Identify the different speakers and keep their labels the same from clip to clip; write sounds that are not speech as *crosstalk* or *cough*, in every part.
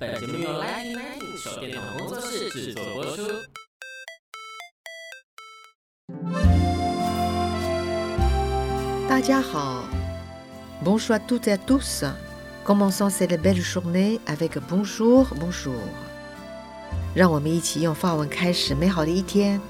Speaker 1: 本节目由 Lightning Lightning 手电筒工作室制作播出。
Speaker 2: 大家好，Bonjour à toutes et à tous. Commençons cette belle journée avec bonjour, bonjour. 让我们一起用法文开始美好的一天。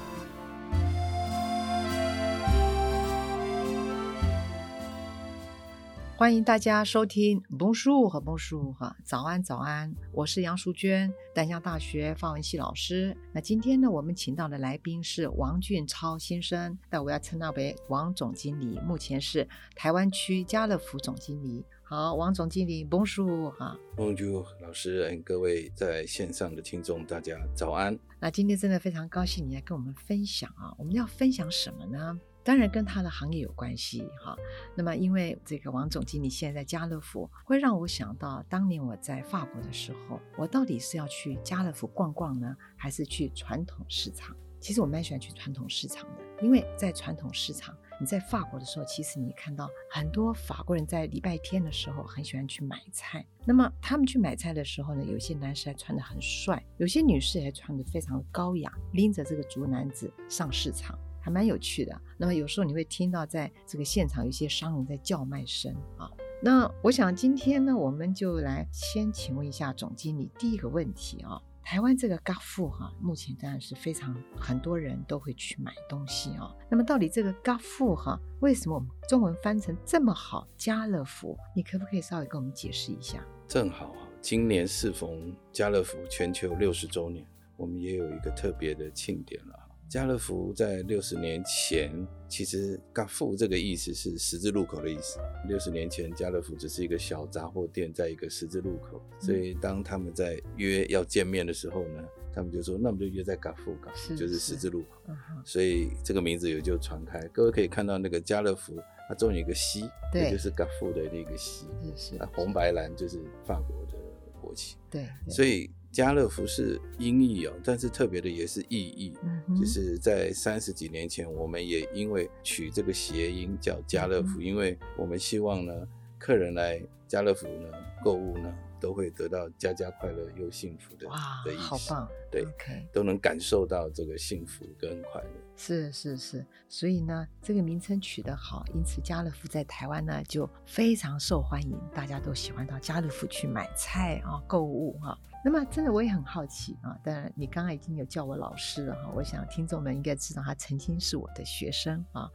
Speaker 2: 欢迎大家收听 Bonjour Bonjour，早安早安，我是杨淑娟，丹江大学法文系老师。那今天呢，我们请到的来宾是王俊超先生，但我要称他为王总经理，目前是台湾区家乐福总经理。好，王总经理，Bonjour 哈。
Speaker 3: Bonjour，老师，嗯各位在线上的听众，大家早安。
Speaker 2: 那今天真的非常高兴你来跟我们分享啊，我们要分享什么呢？当然跟他的行业有关系哈。那么因为这个王总经理现在在家乐福，会让我想到当年我在法国的时候，我到底是要去家乐福逛逛呢，还是去传统市场？其实我蛮喜欢去传统市场的，因为在传统市场，你在法国的时候，其实你看到很多法国人在礼拜天的时候很喜欢去买菜。那么他们去买菜的时候呢，有些男士还穿得很帅，有些女士还穿得非常高雅，拎着这个竹篮子上市场。还蛮有趣的。那么有时候你会听到在这个现场有一些商人在叫卖声啊。那我想今天呢，我们就来先请问一下总经理第一个问题啊。台湾这个嘎富哈，目前当然是非常很多人都会去买东西啊。那么到底这个嘎富哈，为什么我们中文翻成这么好？家乐福，你可不可以稍微跟我们解释一下？
Speaker 3: 正好啊，今年适逢家乐福全球六十周年，我们也有一个特别的庆典了啊。家乐福在六十年前，其实“嘎富”这个意思是十字路口的意思。六十年前，家乐福只是一个小杂货店，在一个十字路口，
Speaker 2: 嗯
Speaker 3: 所以当他们在约要见面的时候呢，他们就说：“那我们就约在嘎富嘎，
Speaker 2: 是
Speaker 3: 就是
Speaker 2: 是
Speaker 3: 十字路口。”
Speaker 2: 嗯哼，
Speaker 3: 所以这个名字也就传开。各位可以看到那个家乐福，它中间有一个西，
Speaker 2: 对
Speaker 3: 也就是嘎富的那个西，
Speaker 2: 是是
Speaker 3: 那，红白蓝就是法国的国旗。
Speaker 2: 对，对
Speaker 3: 所以家乐福是音译哦，但是特别的也是意义。
Speaker 2: 嗯哼
Speaker 3: 就是在三十几年前，我们也因为取这个谐音叫家乐
Speaker 2: 嗯
Speaker 3: 福，因为我们希望呢，客人来家乐福呢购物呢，都会得到家家快乐又幸福的
Speaker 2: 哇
Speaker 3: 的意，思，
Speaker 2: 好棒，嗯
Speaker 3: 对
Speaker 2: ，OK。
Speaker 3: 都能感受到这个幸福跟快乐。
Speaker 2: 是是是，所以呢，这个名称取得好，因此家乐福在台湾呢就非常受欢迎，大家都喜欢到家乐福去买菜啊、购物啊。那么，真的我也很好奇啊，当然你刚刚已经有叫我老师了哈、我想听众们应该知道他曾经是我的学生啊。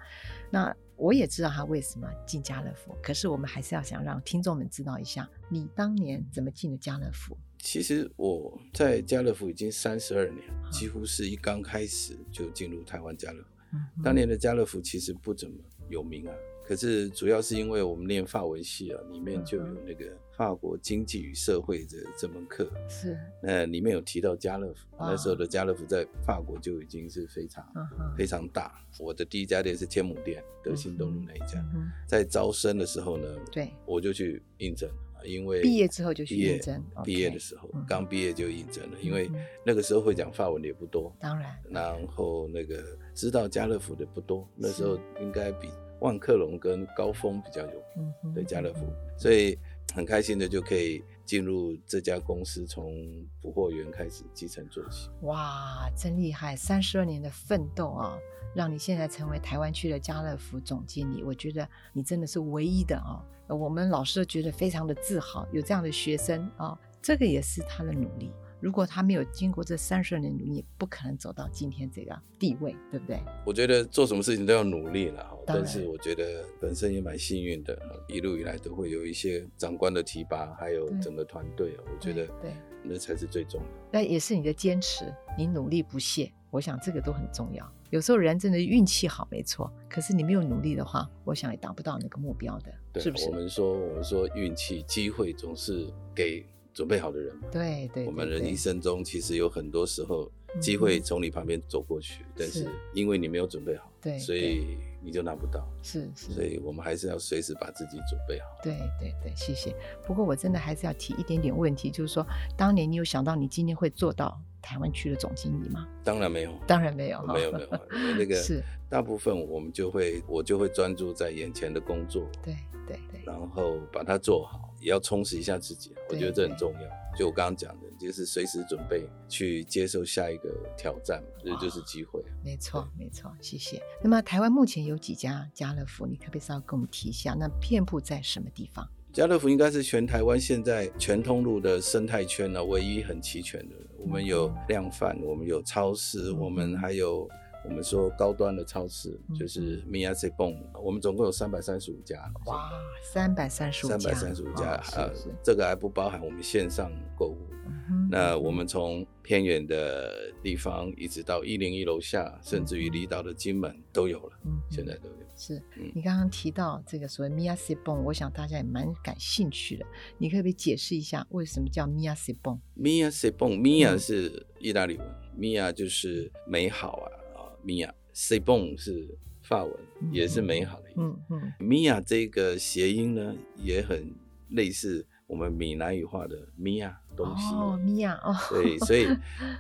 Speaker 2: 那我也知道他为什么进家乐福，可是我们还是要想让听众们知道一下，你当年怎么进的家乐福？
Speaker 3: 其实我在家乐福已经三十二年，几乎是一刚开始就进入台湾家乐福。
Speaker 2: 嗯
Speaker 3: 当年的家乐福其实不怎么有名啊，可是主要是因为我们念法文系啊，里面就有那个法国经济与社会的这门课，
Speaker 2: 是，
Speaker 3: 那里面有提到家乐福。
Speaker 2: 啊
Speaker 3: 那时候的家乐福在法国就已经是非常
Speaker 2: 嗯哼，
Speaker 3: 非常大。我的第一家店是天母店，德兴东路那一家
Speaker 2: 嗯。哼，
Speaker 3: 在招生的时候呢，
Speaker 2: 对，
Speaker 3: 我就去应征啊，因为
Speaker 2: 毕业之后就去
Speaker 3: 毕业
Speaker 2: 应征
Speaker 3: 毕业
Speaker 2: OK
Speaker 3: 的时候
Speaker 2: 嗯，
Speaker 3: 刚毕业就应征了，因为
Speaker 2: 嗯哼
Speaker 3: 那个时候会讲法文的也不多，
Speaker 2: 当然，
Speaker 3: 然后那个知道家乐福的不多，那
Speaker 2: 是
Speaker 3: 时候应该比万客隆跟高峰比较有名
Speaker 2: 嗯哼，
Speaker 3: 对家乐福，所以很开心的就可以进入这家公司，从补货员开始基层做起。
Speaker 2: 哇，真厉害！三十二年的奋斗啊，让你现在成为台湾区的家乐福总经理，我觉得你真的是唯一的啊。呃我们老师都觉得非常的自豪，有这样的学生啊，这个也是他的努力。如果他没有经过这三十二年努力，不可能走到今天这个地位，对不对？
Speaker 3: 我觉得做什么事情都要努力了哈，
Speaker 2: 当然
Speaker 3: 但是我觉得本身也蛮幸运的，一路以来都会有一些长官的提拔，还有
Speaker 2: 对
Speaker 3: 整个团队，啊我觉
Speaker 2: 对
Speaker 3: 得
Speaker 2: 对，
Speaker 3: 那才是最重要。
Speaker 2: 那也是你的坚持，你努力不懈，我想这个都很重要。有时候人真的运气好，没错，可是你没有努力的话，我想也达不到那个目标的，
Speaker 3: 对，
Speaker 2: 是不是
Speaker 3: 我？们说我们说运气、机会总是给准备好的人嘛。
Speaker 2: 对对，
Speaker 3: 我们
Speaker 2: 对
Speaker 3: 人
Speaker 2: 对
Speaker 3: 一生中其实有很多时候
Speaker 2: 嗯
Speaker 3: 机会从你旁边走过去，但是因为你没有准备好，
Speaker 2: 对
Speaker 3: 所以你就拿不到。
Speaker 2: 是是，
Speaker 3: 所以我们还是要随时把自己准备好。
Speaker 2: 对对对，谢谢。不过我真的还是要提一点点问题，就是说，当年你有想到你今天会做到台湾区的总经理吗？
Speaker 3: 当然没有，
Speaker 2: 当然没有哈，
Speaker 3: 没有没有，那个
Speaker 2: 是
Speaker 3: 大部分我们就会我就会专注在眼前的工作，
Speaker 2: 对对对，
Speaker 3: 然后把它做好，也要充实一下自己，啊我觉得这很重要。就我刚刚讲的，就是随时准备去接受下一个挑战嘛，这就是机会。
Speaker 2: 没错没错，谢谢。那么台湾目前有几家家乐福？你可不可以稍微跟我们提一下？那遍布在什么地方？
Speaker 3: 家乐福应该是全台湾现在全通路的生态圈呢、唯一很齐全的。我们有量贩，我们有超市，
Speaker 2: 嗯
Speaker 3: 我们还有我们说高端的超市，
Speaker 2: 嗯
Speaker 3: 就是 Miyase b o n 我们总共有三百三十五家。
Speaker 2: 哇，三百三十五
Speaker 3: 三
Speaker 2: 家，
Speaker 3: 百三十五家
Speaker 2: 哦，
Speaker 3: 呃
Speaker 2: 是是。，
Speaker 3: 这个还不包含我们线上购物。
Speaker 2: 嗯哼
Speaker 3: 那我们从偏远的地方一直到一零一楼下，甚至于离岛的金门都有了，
Speaker 2: 嗯哼
Speaker 3: 现在都有。
Speaker 2: 是
Speaker 3: 嗯
Speaker 2: 你刚刚提到这个所谓 Miyase b o n 我想大家也蛮感兴趣的。你可不可以解释一下为什么叫 Miyase b o n
Speaker 3: Mia s e b o n
Speaker 2: 嗯
Speaker 3: Mia 是意大利文，Mia 就是美好啊啊，Mia s e b o n 是法文
Speaker 2: 嗯，
Speaker 3: 也是美好的意思。
Speaker 2: 嗯嗯，
Speaker 3: Mia 这个谐音呢，也很类似我们闽南语话的 Mia 东西。
Speaker 2: 哦，Mia 哦，
Speaker 3: 对，所以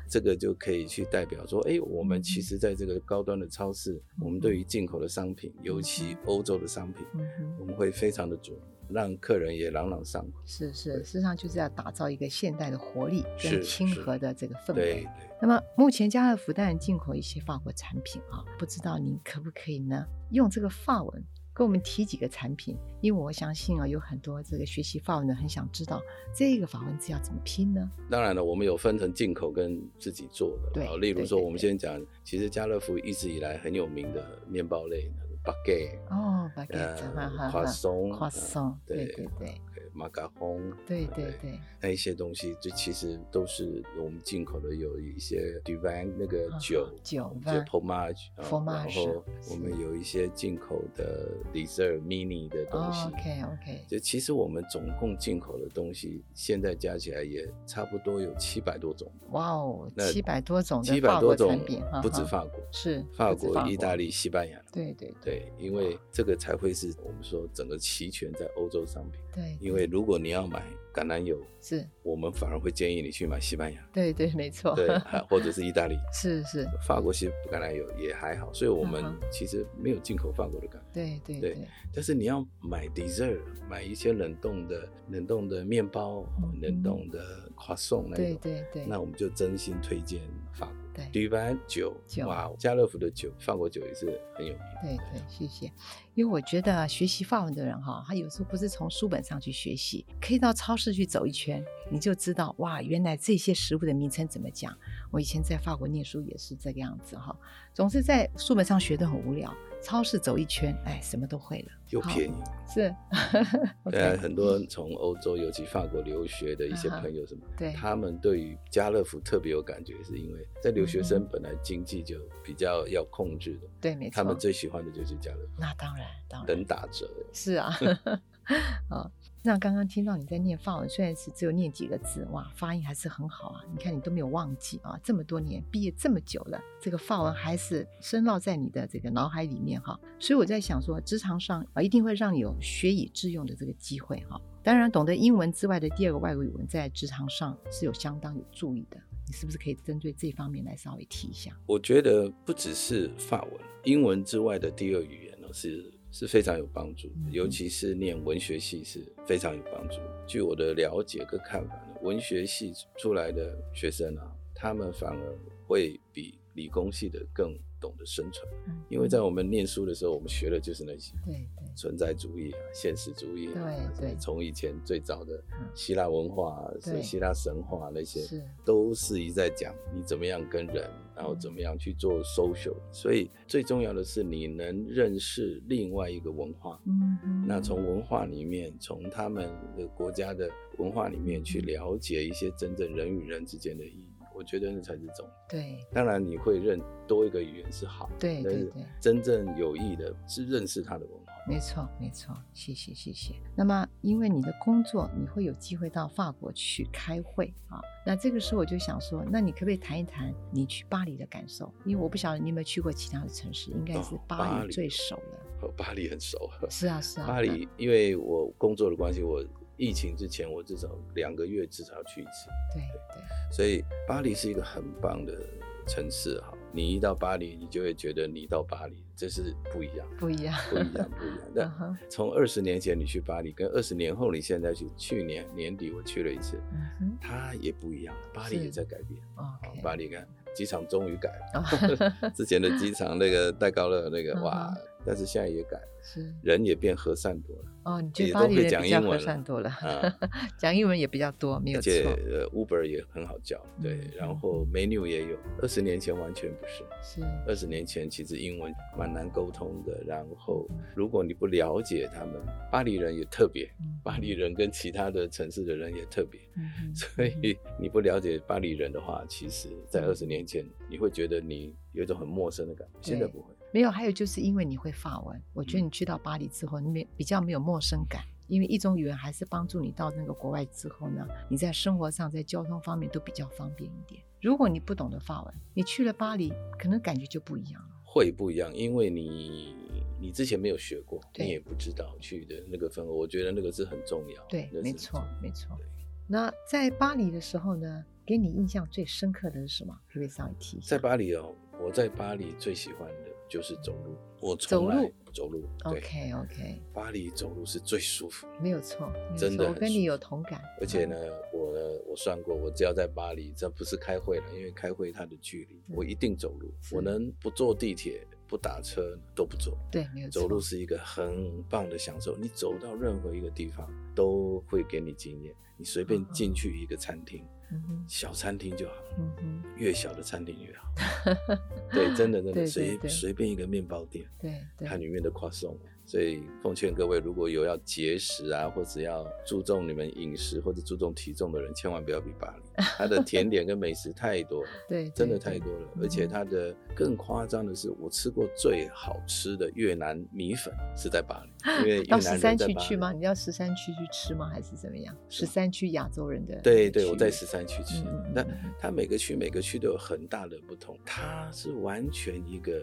Speaker 3: 这个就可以去代表说，哎，我们其实在这个高端的超市，我们对于进口的商品，尤其欧洲的商品，
Speaker 2: 嗯哼
Speaker 3: 我们会非常的着迷，让客人也朗朗上口。
Speaker 2: 是是，
Speaker 3: 对
Speaker 2: 事实上就是要打造一个现代的活力跟
Speaker 3: 是
Speaker 2: 亲
Speaker 3: 是
Speaker 2: 和的这个氛
Speaker 3: 对
Speaker 2: 围。
Speaker 3: 对。
Speaker 2: 那么目前家乐福当然进口一些法国产品啊，不知道您可不可以呢用这个法文跟我们提几个产品？因为我相信啊，有很多这个学习法文的很想知道这个法文字要怎么拼呢？
Speaker 3: 当然了，我们有分成进口跟自己做的。
Speaker 2: 对
Speaker 3: 好例如说，
Speaker 2: 对对
Speaker 3: 我们先讲，其实家乐福一直以来很有名的面包类，baguette，
Speaker 2: 哦，baguette，哈哈哈
Speaker 3: 花松、
Speaker 2: ，croissant，对对
Speaker 3: 呃嗯对
Speaker 2: 对，
Speaker 3: 马卡红，
Speaker 2: 对对对，
Speaker 3: 那一些东西，这其实都是我们进口的，有一些 d u v i n 那个
Speaker 2: 啊
Speaker 3: 酒，
Speaker 2: 酒
Speaker 3: 就
Speaker 2: vin
Speaker 3: pomage，啊
Speaker 2: Fromage，
Speaker 3: 然后我们有一些进口的 dessert mini 的
Speaker 2: 哦
Speaker 3: 东西。
Speaker 2: ，OK OK，
Speaker 3: 就其实我们总共进口的东西，现在加起来也差不多有七百多种，
Speaker 2: 哇哦，
Speaker 3: 那
Speaker 2: 七百多种
Speaker 3: 七
Speaker 2: 的
Speaker 3: 百
Speaker 2: 法
Speaker 3: 多
Speaker 2: 国
Speaker 3: 种
Speaker 2: 产品，哈
Speaker 3: 不止
Speaker 2: 哈
Speaker 3: 法国，
Speaker 2: 是
Speaker 3: 法
Speaker 2: 不止
Speaker 3: 国、意大利、西班牙。
Speaker 2: 对对
Speaker 3: 对，因为这个才会是我们说整个齐全在欧洲商品。
Speaker 2: 对，
Speaker 3: 因为如果你要买橄榄油，
Speaker 2: 是，
Speaker 3: 我们反而会建议你去买西班牙，
Speaker 2: 对对，没错， *laughs*
Speaker 3: 对，还或者是意大利。
Speaker 2: 是是，
Speaker 3: 法国其实橄榄油也还好，所以我
Speaker 2: 嗯
Speaker 3: 们
Speaker 2: 哼
Speaker 3: 其实没有进口法国的橄榄。
Speaker 2: 对对
Speaker 3: 对
Speaker 2: 对，
Speaker 3: 但是你要买 dessert，买一些冷冻的、冷冻的面包
Speaker 2: 嗯哼、
Speaker 3: 冷冻的花送那
Speaker 2: 对
Speaker 3: 种，
Speaker 2: 对对，
Speaker 3: 那我们就真心推荐法国。
Speaker 2: 对对
Speaker 3: 迪拜酒
Speaker 2: 酒，
Speaker 3: 哇，哦家乐福的酒，法国酒也是很有名的。
Speaker 2: 对，谢谢。因为我觉得啊学习法文的人哈，他有时候不是从书本上去学习，可以到超市去走一圈，你就知道哇，原来这些食物的名称怎么讲。我以前在法国念书也是这个样子哈，总是在书本上学的很无聊，超市走一圈，哎，什么都会了。
Speaker 3: 又
Speaker 2: 好
Speaker 3: 便宜。
Speaker 2: 是， *laughs*
Speaker 3: 对啊，
Speaker 2: OK，
Speaker 3: 很多从欧洲，尤其法国留学的一些
Speaker 2: 嗯哼
Speaker 3: 朋友什么，
Speaker 2: 对
Speaker 3: 他们对于家乐福特别有感觉，是因为在留学
Speaker 2: 嗯
Speaker 3: 生
Speaker 2: 哼
Speaker 3: 本来经济就比较要控制的，
Speaker 2: 对，没
Speaker 3: 他
Speaker 2: 错
Speaker 3: 们。最喜欢的就是家乐福，
Speaker 2: 那当然，当然
Speaker 3: 能。打折。
Speaker 2: 是啊，
Speaker 3: 嗯
Speaker 2: *laughs* 啊，那刚刚听到你在念法文，虽然是只有念几个字，哇，发音还是很好啊！你看你都没有忘记啊，这么多年毕业这么久了，这个法文还是深烙在你的这个脑海里面哈。所以我在想说，职场上啊，一定会让你有学以致用的这个机会哈。当然，懂得英文之外的第二个外国语文，在职场上是有相当有注意的。你是不是可以针对这方面来稍微提一下？
Speaker 3: 我觉得不只是法文，英文之外的第二语言呢是是非常有帮助的
Speaker 2: 嗯，
Speaker 3: 尤其是念文学系是非常有帮助。据我的了解跟看法呢，文学系出来的学生啊，他们反而会比理工系的更懂得生存，因为在我们念书的时候，我们学的就是那些。
Speaker 2: 嗯对对
Speaker 3: 存在主义啊，现实主义啊，
Speaker 2: 对对
Speaker 3: 从以前最早的
Speaker 2: 嗯
Speaker 3: 希腊文化、啊、是
Speaker 2: 对
Speaker 3: 希腊神话啊那些，
Speaker 2: 是嗯
Speaker 3: 都是一在讲你怎么样跟人，然后怎么样去做 social。所以最重要的是你能认识另外一个文化，
Speaker 2: 嗯哼，
Speaker 3: 那从文化里面，从他们的国家的文化里面去了解一些真正人与人之间的意义，我觉得那才是重点。
Speaker 2: 对
Speaker 3: 当然你会认多一个语言是好，
Speaker 2: 对
Speaker 3: 但
Speaker 2: 对
Speaker 3: 是
Speaker 2: 对。
Speaker 3: 真正有益的是认识他的文化。
Speaker 2: 没错，没错，谢谢，谢谢。那么，因为你的工作，你会有机会到法国去开会啊。那这个时候我就想说，那你可不可以谈一谈你去巴黎的感受？因为我不晓得你有没有去过其他的城市，应该是
Speaker 3: 哦
Speaker 2: 巴
Speaker 3: 巴
Speaker 2: 黎
Speaker 3: 黎
Speaker 2: 最熟了。 *laughs*
Speaker 3: 哦巴黎很熟，
Speaker 2: 是啊，是啊，
Speaker 3: 巴黎，因为我工作的关系，我疫情之前，我至少两个月至少去一次。
Speaker 2: 对对，
Speaker 3: 所以巴黎是一个很棒的城市哈。你一到巴黎，你就会觉得你到巴黎，这是不一样，
Speaker 2: 不一样。
Speaker 3: 不一样，不一
Speaker 2: *laughs*
Speaker 3: 样。
Speaker 2: 嗯
Speaker 3: 那
Speaker 2: 哼，
Speaker 3: 从二十年前你去巴黎，跟二十年后你现在去，去年年底我去了一次，
Speaker 2: 嗯哼
Speaker 3: 它也不一样，巴黎
Speaker 2: 是
Speaker 3: 也在改变。啊
Speaker 2: ，OK，
Speaker 3: 巴黎改机场终于改
Speaker 2: 哦
Speaker 3: 了， *laughs* 之前的机场那个戴高乐那个
Speaker 2: *laughs* 嗯哼
Speaker 3: 哇，但是现在也改，
Speaker 2: 是
Speaker 3: 人也变和善多
Speaker 2: *laughs*
Speaker 3: 了
Speaker 2: 哦，你觉
Speaker 3: 也
Speaker 2: 得
Speaker 3: 都
Speaker 2: 巴黎
Speaker 3: 会
Speaker 2: 人
Speaker 3: 讲
Speaker 2: 比较
Speaker 3: 英文
Speaker 2: 和
Speaker 3: 了
Speaker 2: 善多了，
Speaker 3: 啊，
Speaker 2: *laughs* 讲英文也比较多，没有
Speaker 3: 而
Speaker 2: 错，
Speaker 3: 且呃 Uber 也很好叫，对
Speaker 2: 嗯，
Speaker 3: 然后 menu 也有，二十年前完全不是。
Speaker 2: 是
Speaker 3: 二十年前其实英文蛮难沟通的，然后如果你不了解他们，巴黎人也特别，
Speaker 2: 嗯
Speaker 3: 巴黎人跟其他的城市的人也特别，
Speaker 2: 嗯嗯哼
Speaker 3: 所以你不了解巴黎人的话，其实在二十年前你会觉得你有一种很陌生的感觉，现在不会。
Speaker 2: 没有，还有就是因为你会法文，我觉得
Speaker 3: 嗯
Speaker 2: 你去到巴黎之后，你没比较没有陌生感，因为一种语言还是帮助你到那个国外之后呢，你在生活上、在交通方面都比较方便一点。如果你不懂得法文，你去了巴黎，可能感觉就不一样了。
Speaker 3: 会不一样，因为你你之前没有学过，
Speaker 2: 对
Speaker 3: 你也不知道去的那个氛围，我觉得那个是很重要。
Speaker 2: 对
Speaker 3: 那，是
Speaker 2: 没
Speaker 3: 很
Speaker 2: 错
Speaker 3: 重要，
Speaker 2: 没错
Speaker 3: 对。
Speaker 2: 那在巴黎的时候呢，给你印象最深刻的是什么？可不可以稍微提一下
Speaker 3: 在？巴黎哦，我在巴黎最喜欢的就是走路，我
Speaker 2: 走
Speaker 3: 从
Speaker 2: 路
Speaker 3: 来走路，对
Speaker 2: OK OK，
Speaker 3: 巴黎走路是最舒服。
Speaker 2: 没有错，没有
Speaker 3: 真
Speaker 2: 错
Speaker 3: 的
Speaker 2: 我
Speaker 3: 很
Speaker 2: 跟
Speaker 3: 舒
Speaker 2: 你有
Speaker 3: 服
Speaker 2: 同嗯感。
Speaker 3: 而且呢，我呢，我算过，我只要在巴黎，这不是开会了，因为开会它的距离，
Speaker 2: 嗯
Speaker 3: 我一定走路。
Speaker 2: 是
Speaker 3: 我能不坐地铁、不打车都不坐。
Speaker 2: 嗯，对，没有错。
Speaker 3: 走路是一个很棒的享受，你走到任何一个地方都会给你经验。你随便进去一个餐厅，
Speaker 2: 嗯哼，
Speaker 3: 小餐厅就好，
Speaker 2: 嗯哼，
Speaker 3: 越小的餐厅越好。 *laughs* 对，真的真
Speaker 2: 对对
Speaker 3: 的，随
Speaker 2: 对
Speaker 3: 随便一个面包店，
Speaker 2: 对对
Speaker 3: 它。里面的夸送。所以奉劝各位，如果有要节食啊，或者要注重你们饮食或者注重体重的人，千万不要比
Speaker 2: *laughs*
Speaker 3: 巴黎，它的甜点跟美食太多了，
Speaker 2: 对，
Speaker 3: 真的
Speaker 2: 对
Speaker 3: 太
Speaker 2: 对
Speaker 3: 多了。
Speaker 2: 嗯
Speaker 3: 而且它的更夸张的是，我吃过最好吃的越南米粉是在巴
Speaker 2: *gasps*
Speaker 3: 黎，因为越
Speaker 2: 到
Speaker 3: 南
Speaker 2: 十
Speaker 3: 人
Speaker 2: 三
Speaker 3: 在
Speaker 2: 区
Speaker 3: 巴
Speaker 2: 去
Speaker 3: 黎
Speaker 2: 吗？？你到十三区去吃吗？还是怎么样？十
Speaker 3: 是吗
Speaker 2: 三区亚洲人的
Speaker 3: 对对，我在
Speaker 2: 区
Speaker 3: 十三区吃
Speaker 2: 嗯嗯嗯。
Speaker 3: 那
Speaker 2: 嗯
Speaker 3: 它每个区每个区都有很大的不同，它是完全一个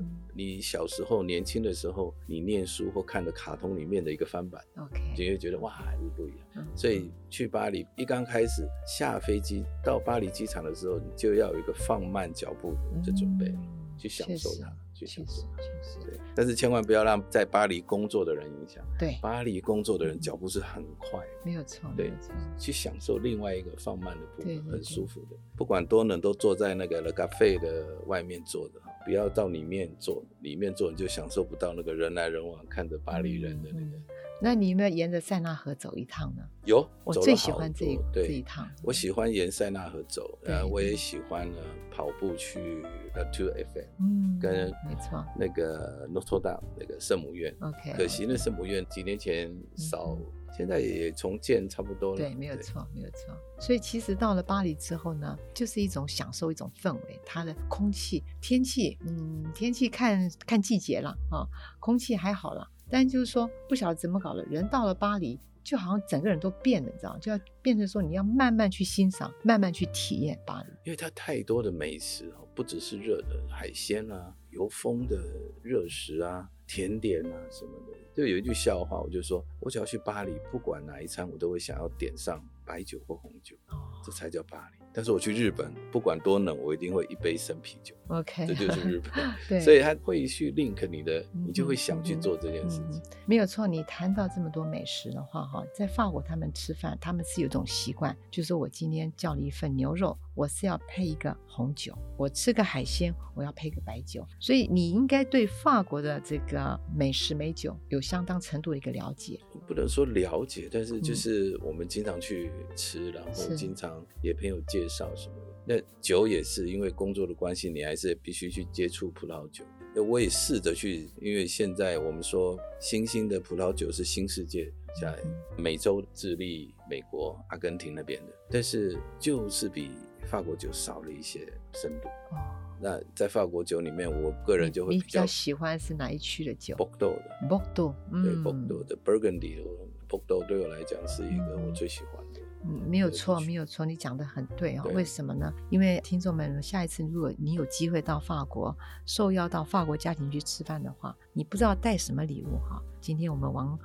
Speaker 2: 嗯
Speaker 3: 你小时候年轻的时候，你念书或看的卡通里面的一个翻版，
Speaker 2: 域 OK，
Speaker 3: 你会觉得哇，还是不一样。
Speaker 2: 嗯
Speaker 3: 所以去巴黎一刚开始下飞机到巴黎机场的时候，你就要有一个放慢脚步的准备，
Speaker 2: 嗯
Speaker 3: 去享
Speaker 2: 确
Speaker 3: 受
Speaker 2: 实
Speaker 3: 它，去
Speaker 2: 确
Speaker 3: 享
Speaker 2: 实
Speaker 3: 受它。
Speaker 2: 确实
Speaker 3: 对，但是千万不要让在巴黎工作的人影响。
Speaker 2: 对，
Speaker 3: 巴黎工作
Speaker 2: 嗯
Speaker 3: 的人脚步是很快的，
Speaker 2: 没有错，没
Speaker 3: 对
Speaker 2: 有错，
Speaker 3: 去享受另外一个放慢的部
Speaker 2: 对
Speaker 3: 分，
Speaker 2: 对
Speaker 3: 很
Speaker 2: 对
Speaker 3: 舒服的。不管多冷，都坐在那个 Le Cafe 的外面坐着哈，不要到里面坐，里面坐你就享受不到那个人来人往，看着巴黎人的那个。
Speaker 2: 嗯嗯那你有没有沿着塞纳河走一趟呢？
Speaker 3: 有，
Speaker 2: 我
Speaker 3: 走了
Speaker 2: 最喜
Speaker 3: 好
Speaker 2: 欢这一
Speaker 3: 多
Speaker 2: 这
Speaker 3: 对，
Speaker 2: 一趟，
Speaker 3: 我喜欢沿塞纳河走，
Speaker 2: 对
Speaker 3: 呃，我
Speaker 2: 对
Speaker 3: 也喜欢呢跑步去呃 Two FM
Speaker 2: 嗯，
Speaker 3: 跟
Speaker 2: 没错
Speaker 3: 那个 Notre Dame 那个圣母院。
Speaker 2: ，OK，
Speaker 3: 可惜那圣母院几年前少，现在也重建差不多了。
Speaker 2: 嗯对，没有错，没有错。所以其实到了巴黎之后呢，就是一种享受，一种氛围。它的空气、天气，嗯，天气看看季节了啊、空气还好了，但就是说不晓得怎么搞了，人到了巴黎。就好像整个人都变了，你知道吗，就要变成说你要慢慢去欣赏，慢慢去体验巴黎。
Speaker 3: 因为它太多的美食哦，不只是热的海鲜啊、油封的热食啊、甜点啊什么的。就有一句笑话，我就说，我只要去巴黎，不管哪一餐，我都会想要点上白酒或红酒，
Speaker 2: 哦
Speaker 3: 这才叫巴黎。但是我去日本，不管多冷，我一定会一杯生啤酒，
Speaker 2: OK，
Speaker 3: 这就是日本。
Speaker 2: *laughs* 对，
Speaker 3: 所以它会去 link 你的，
Speaker 2: 嗯
Speaker 3: 你就会想去做这件事情
Speaker 2: 嗯。，没有错。你谈到这么多美食的话，哈，在法国他们吃饭，他们是有一种习惯，就是我今天叫了一份牛肉，我是要配一个红酒；我吃个海鲜，我要配个白酒。所以你应该对法国的这个美食美酒有相当程度的一个了解。
Speaker 3: 不能说了解，但是就
Speaker 2: 嗯
Speaker 3: 是我们经常去吃，然后
Speaker 2: 是
Speaker 3: 经常也朋友介绍什么的。那酒也是因为工作的关系，你还是必须去接触葡萄酒。那我也试着去，因为现在我们说新兴的葡萄酒是新世界下来
Speaker 2: 嗯
Speaker 3: 美洲、智利、美国、阿根廷那边的，但是就是比法国酒少了一些深度。
Speaker 2: 哦，
Speaker 3: 那在法国酒里面，我个人就会
Speaker 2: 你
Speaker 3: 比
Speaker 2: 比
Speaker 3: 较
Speaker 2: 较喜欢是哪一区的酒
Speaker 3: b o r d e a u x 的，
Speaker 2: b o r d e a u
Speaker 3: 对
Speaker 2: 嗯
Speaker 3: b o r d e a u x 的 Burgundy，我 b o r d e a u x 对我来讲是一个我最喜欢的。
Speaker 2: 嗯，没有
Speaker 3: 对
Speaker 2: 错，
Speaker 3: 去
Speaker 2: 没有错，你讲的很对哦。
Speaker 3: 对
Speaker 2: 为什么呢？因为听众们，下一次如果你有机会到法国受邀到法国家庭去吃饭的话，你不知道带什么礼物哈。今天我们王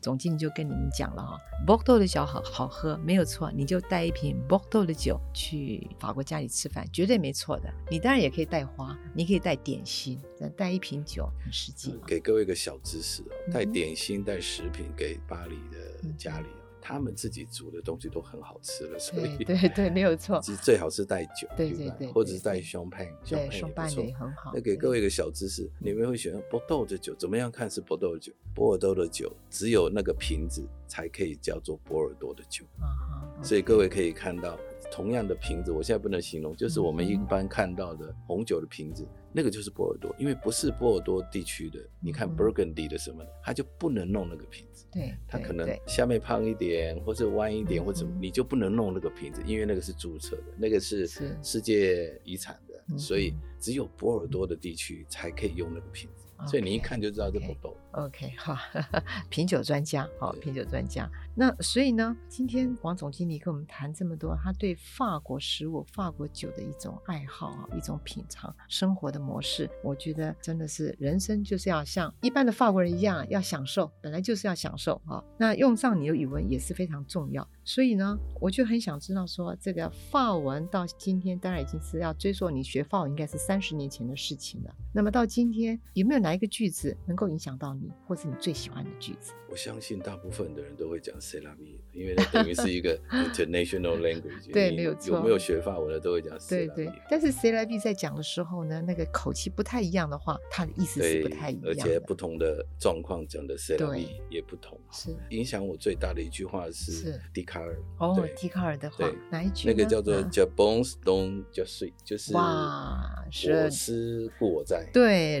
Speaker 2: 总经理就跟你们讲了哈 b o r d e a u 的酒好好喝，没有错，你就带一瓶 b o r d e a u 的酒去法国家里吃饭，绝对没错的。你当然也可以带花，你可以带点心，但带一瓶酒很实际嘛。
Speaker 3: 嗯给各位一个小知识哦，带
Speaker 2: 嗯哼
Speaker 3: 点心、带食品给巴黎的
Speaker 2: 嗯
Speaker 3: 家里哦，他们自己煮的东西都很好吃了，所以
Speaker 2: 对对对，没有错。
Speaker 3: *laughs* 其实最好是带酒，
Speaker 2: 对
Speaker 3: 不
Speaker 2: 对对
Speaker 3: 或者是
Speaker 2: 对
Speaker 3: 带
Speaker 2: 对
Speaker 3: 胸配，
Speaker 2: 对，
Speaker 3: 胸
Speaker 2: 熊
Speaker 3: 配
Speaker 2: 伴
Speaker 3: 也不
Speaker 2: 也
Speaker 3: 错。
Speaker 2: 很好。
Speaker 3: 那给
Speaker 2: 对嗯
Speaker 3: 各位一个小知识，你们会选择波豆的酒，怎么样看是波豆的酒？波尔多的酒只有那个瓶子才可以叫做波尔多的酒，
Speaker 2: 啊哈，
Speaker 3: 所以各位可以看到，同样的瓶子，我现在不能形容，就是我们一
Speaker 2: 嗯哼
Speaker 3: 般看到的红酒的瓶子，那个就是波尔多，因为不是波尔多地区的，你看
Speaker 2: 嗯
Speaker 3: Burgundy 的什么的，它就不能弄那个瓶子。
Speaker 2: 对，
Speaker 3: 它
Speaker 2: 对
Speaker 3: 可能
Speaker 2: 对
Speaker 3: 下面胖一点，或者弯一点，
Speaker 2: 嗯
Speaker 3: 或者
Speaker 2: 嗯
Speaker 3: 你就不能弄那个瓶子，因为那个是注册的，那个是
Speaker 2: 是
Speaker 3: 世界遗产
Speaker 2: 嗯
Speaker 3: 的，所以
Speaker 2: 嗯
Speaker 3: 只有波尔多的地区才可以用那个瓶子，所以你一
Speaker 2: OK，
Speaker 3: 看就知道这
Speaker 2: OK
Speaker 3: 不懂。
Speaker 2: OK，好， *laughs* 品酒专家，好，
Speaker 3: 对
Speaker 2: 品酒专家。那所以呢，今天王总经理跟我们谈这么多，他对法国食物、法国酒的一种爱好啊，一种品尝生活的模式，我觉得真的是人生就是要像一般的法国人一样，要享受，本来就是要享受啊。那用上你的语文也是非常重要。所以呢，我就很想知道说，这个法文到今天，当然已经是要追溯你学法文应该是三十年前的事情了。那么到今天，有没有哪一个句子能够影响到你，或是你最喜欢的句子？
Speaker 3: 我相信大部分的人都会讲 c e l a m i 因为那等于是一
Speaker 2: *laughs*
Speaker 3: 个 international language 你。
Speaker 2: 对没有错
Speaker 3: 有没有学法文的都会讲 c e
Speaker 2: 对
Speaker 3: l a m
Speaker 2: 对
Speaker 3: i，
Speaker 2: 但是 C 来 B 在讲的时候呢，那个口气不太一样的话，它的意思是不太一样的。
Speaker 3: 而且不同的状况讲的 c e l a m i
Speaker 2: 对
Speaker 3: 也不同。
Speaker 2: 是
Speaker 3: 影响我最大的一句话是
Speaker 2: 是
Speaker 3: 笛卡尔
Speaker 2: 哦
Speaker 3: 对，
Speaker 2: 笛卡尔的话
Speaker 3: 对
Speaker 2: 哪一句
Speaker 3: 那
Speaker 2: 呢？
Speaker 3: 个叫做
Speaker 2: 嗯
Speaker 3: j a b o n s d o n j a s u 就是
Speaker 2: 哇
Speaker 3: 我
Speaker 2: 是
Speaker 3: 思故我在。，
Speaker 2: 对，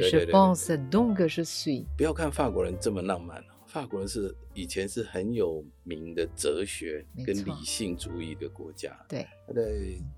Speaker 3: 对对
Speaker 2: 是
Speaker 3: 对
Speaker 2: bon s donc 是 suis，
Speaker 3: 不要看法国人这么浪漫哦，法国人是以前是很有名的哲学
Speaker 2: 没
Speaker 3: 跟
Speaker 2: 错
Speaker 3: 理性主义的国家。
Speaker 2: 对，
Speaker 3: 他在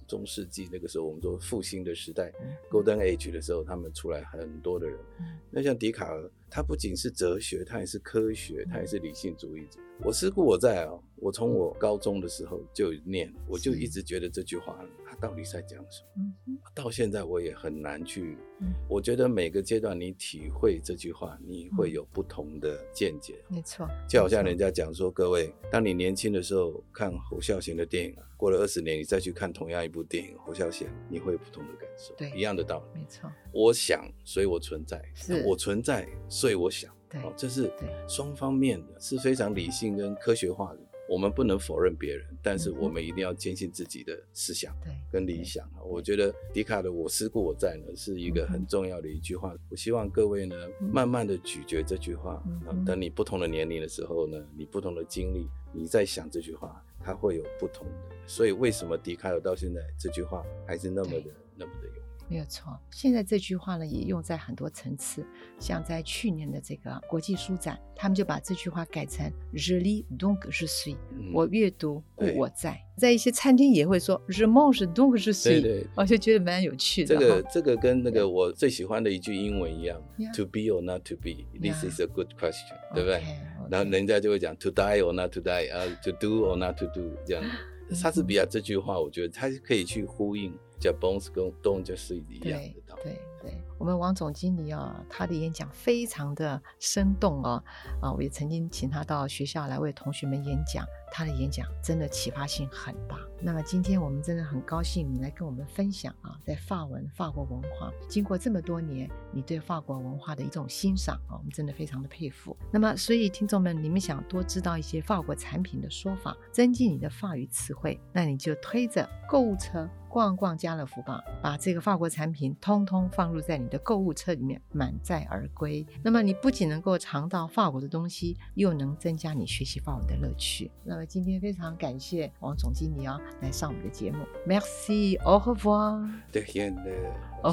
Speaker 3: 中世纪那个时候，我们说复兴的时代
Speaker 2: 嗯
Speaker 3: （Golden Age） 的时候，他们出来很多的人
Speaker 2: 嗯。
Speaker 3: 那像笛卡尔，他不仅是哲学，他也是科学，他也是理性主义者。我思故我在啊、我从我高中的时候就有念，我就一直觉得这句话他到底在讲什么。
Speaker 2: 嗯哼，
Speaker 3: 到现在我也很难去
Speaker 2: 嗯，
Speaker 3: 我觉得每个阶段你体会这句话，你会
Speaker 2: 嗯
Speaker 3: 有不同的见解。
Speaker 2: 没错，
Speaker 3: 就好像
Speaker 2: 没
Speaker 3: 人
Speaker 2: 错
Speaker 3: 家讲说，各位，当你年轻的时候看侯孝贤的电影，啊过了二十年，你再去看同样一部电影，侯孝贤，你会有不同的感受。
Speaker 2: 对
Speaker 3: 一样的道理。
Speaker 2: 没错，
Speaker 3: 我想，所以我存在；
Speaker 2: 是
Speaker 3: 我存在，所以我想。
Speaker 2: 对
Speaker 3: 哦，这是
Speaker 2: 对
Speaker 3: 双方面的，是非常理性跟科学化的。我们不能否认别人，但是
Speaker 2: 嗯哼
Speaker 3: 我们一定要坚信自己的思想。
Speaker 2: 对，
Speaker 3: 跟理
Speaker 2: 对
Speaker 3: 想啊。我觉得笛卡尔的“我思故我在”呢，是一个
Speaker 2: 嗯
Speaker 3: 很
Speaker 2: 哼
Speaker 3: 重要的一句话。我希望各位呢，
Speaker 2: 嗯
Speaker 3: 慢慢的咀嚼这句话
Speaker 2: 嗯。
Speaker 3: 啊，等你不同的年龄的时候呢，你不同的经历，你在想这句话，它会有不同的。所以为什么笛卡尔到现在这句话还是那么的
Speaker 2: 对
Speaker 3: 那么的有？
Speaker 2: 没有错，现在这句话呢也用在很多层次，像在去年的这个国际书展，他们就把这句话改成 “je lis donc je suis”，、
Speaker 3: 嗯
Speaker 2: 我阅读故
Speaker 3: 对
Speaker 2: 我在。在一些餐厅也会说 “je mange donc je
Speaker 3: 对
Speaker 2: suis”，
Speaker 3: 对。
Speaker 2: 我哦就觉得蛮有趣
Speaker 3: 这
Speaker 2: 的哈。
Speaker 3: 个这个跟那个我最喜欢的一句英文一样
Speaker 2: Yeah
Speaker 3: ，to be or not to be，this
Speaker 2: Yeah
Speaker 3: is a good question，对不对？
Speaker 2: OK，OK
Speaker 3: 然后人家就会讲 to die or not to die，啊、t o do or not to do 这样。
Speaker 2: 嗯
Speaker 3: 莎士比亚这句话，我觉得它是可以去呼应 j a b o n s 跟 Don 就是一样
Speaker 2: 对
Speaker 3: 的道理。
Speaker 2: 对对，我们王总经理啊，他的演讲非常的生动哦，啊，我也曾经请他到学校来为同学们演讲，他的演讲真的启发性很大。那么今天我们真的很高兴你来跟我们分享啊，在法文法国文化，经过这么多年，你对法国文化的一种欣赏啊，我们真的非常的佩服。那么所以听众们，你们想多知道一些法国产品的说法，增进你的法语词汇，那你就推着购物车逛逛家乐福吧，把这个法国产品通通放入在你的购物车里面，满载而归。那么你不仅能够尝到法国的东西，又能增加你学习法文的乐趣。那么今天非常感谢王总经理啊来上我们的节目，Merci，au revoir。
Speaker 3: 对，演的。
Speaker 2: Au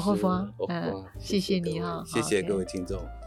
Speaker 3: 哦
Speaker 2: revoir，
Speaker 3: 是 au revoir，
Speaker 2: 哦嗯谢谢你
Speaker 3: 各位
Speaker 2: 哈
Speaker 3: 谢谢
Speaker 2: 好
Speaker 3: 各位听众。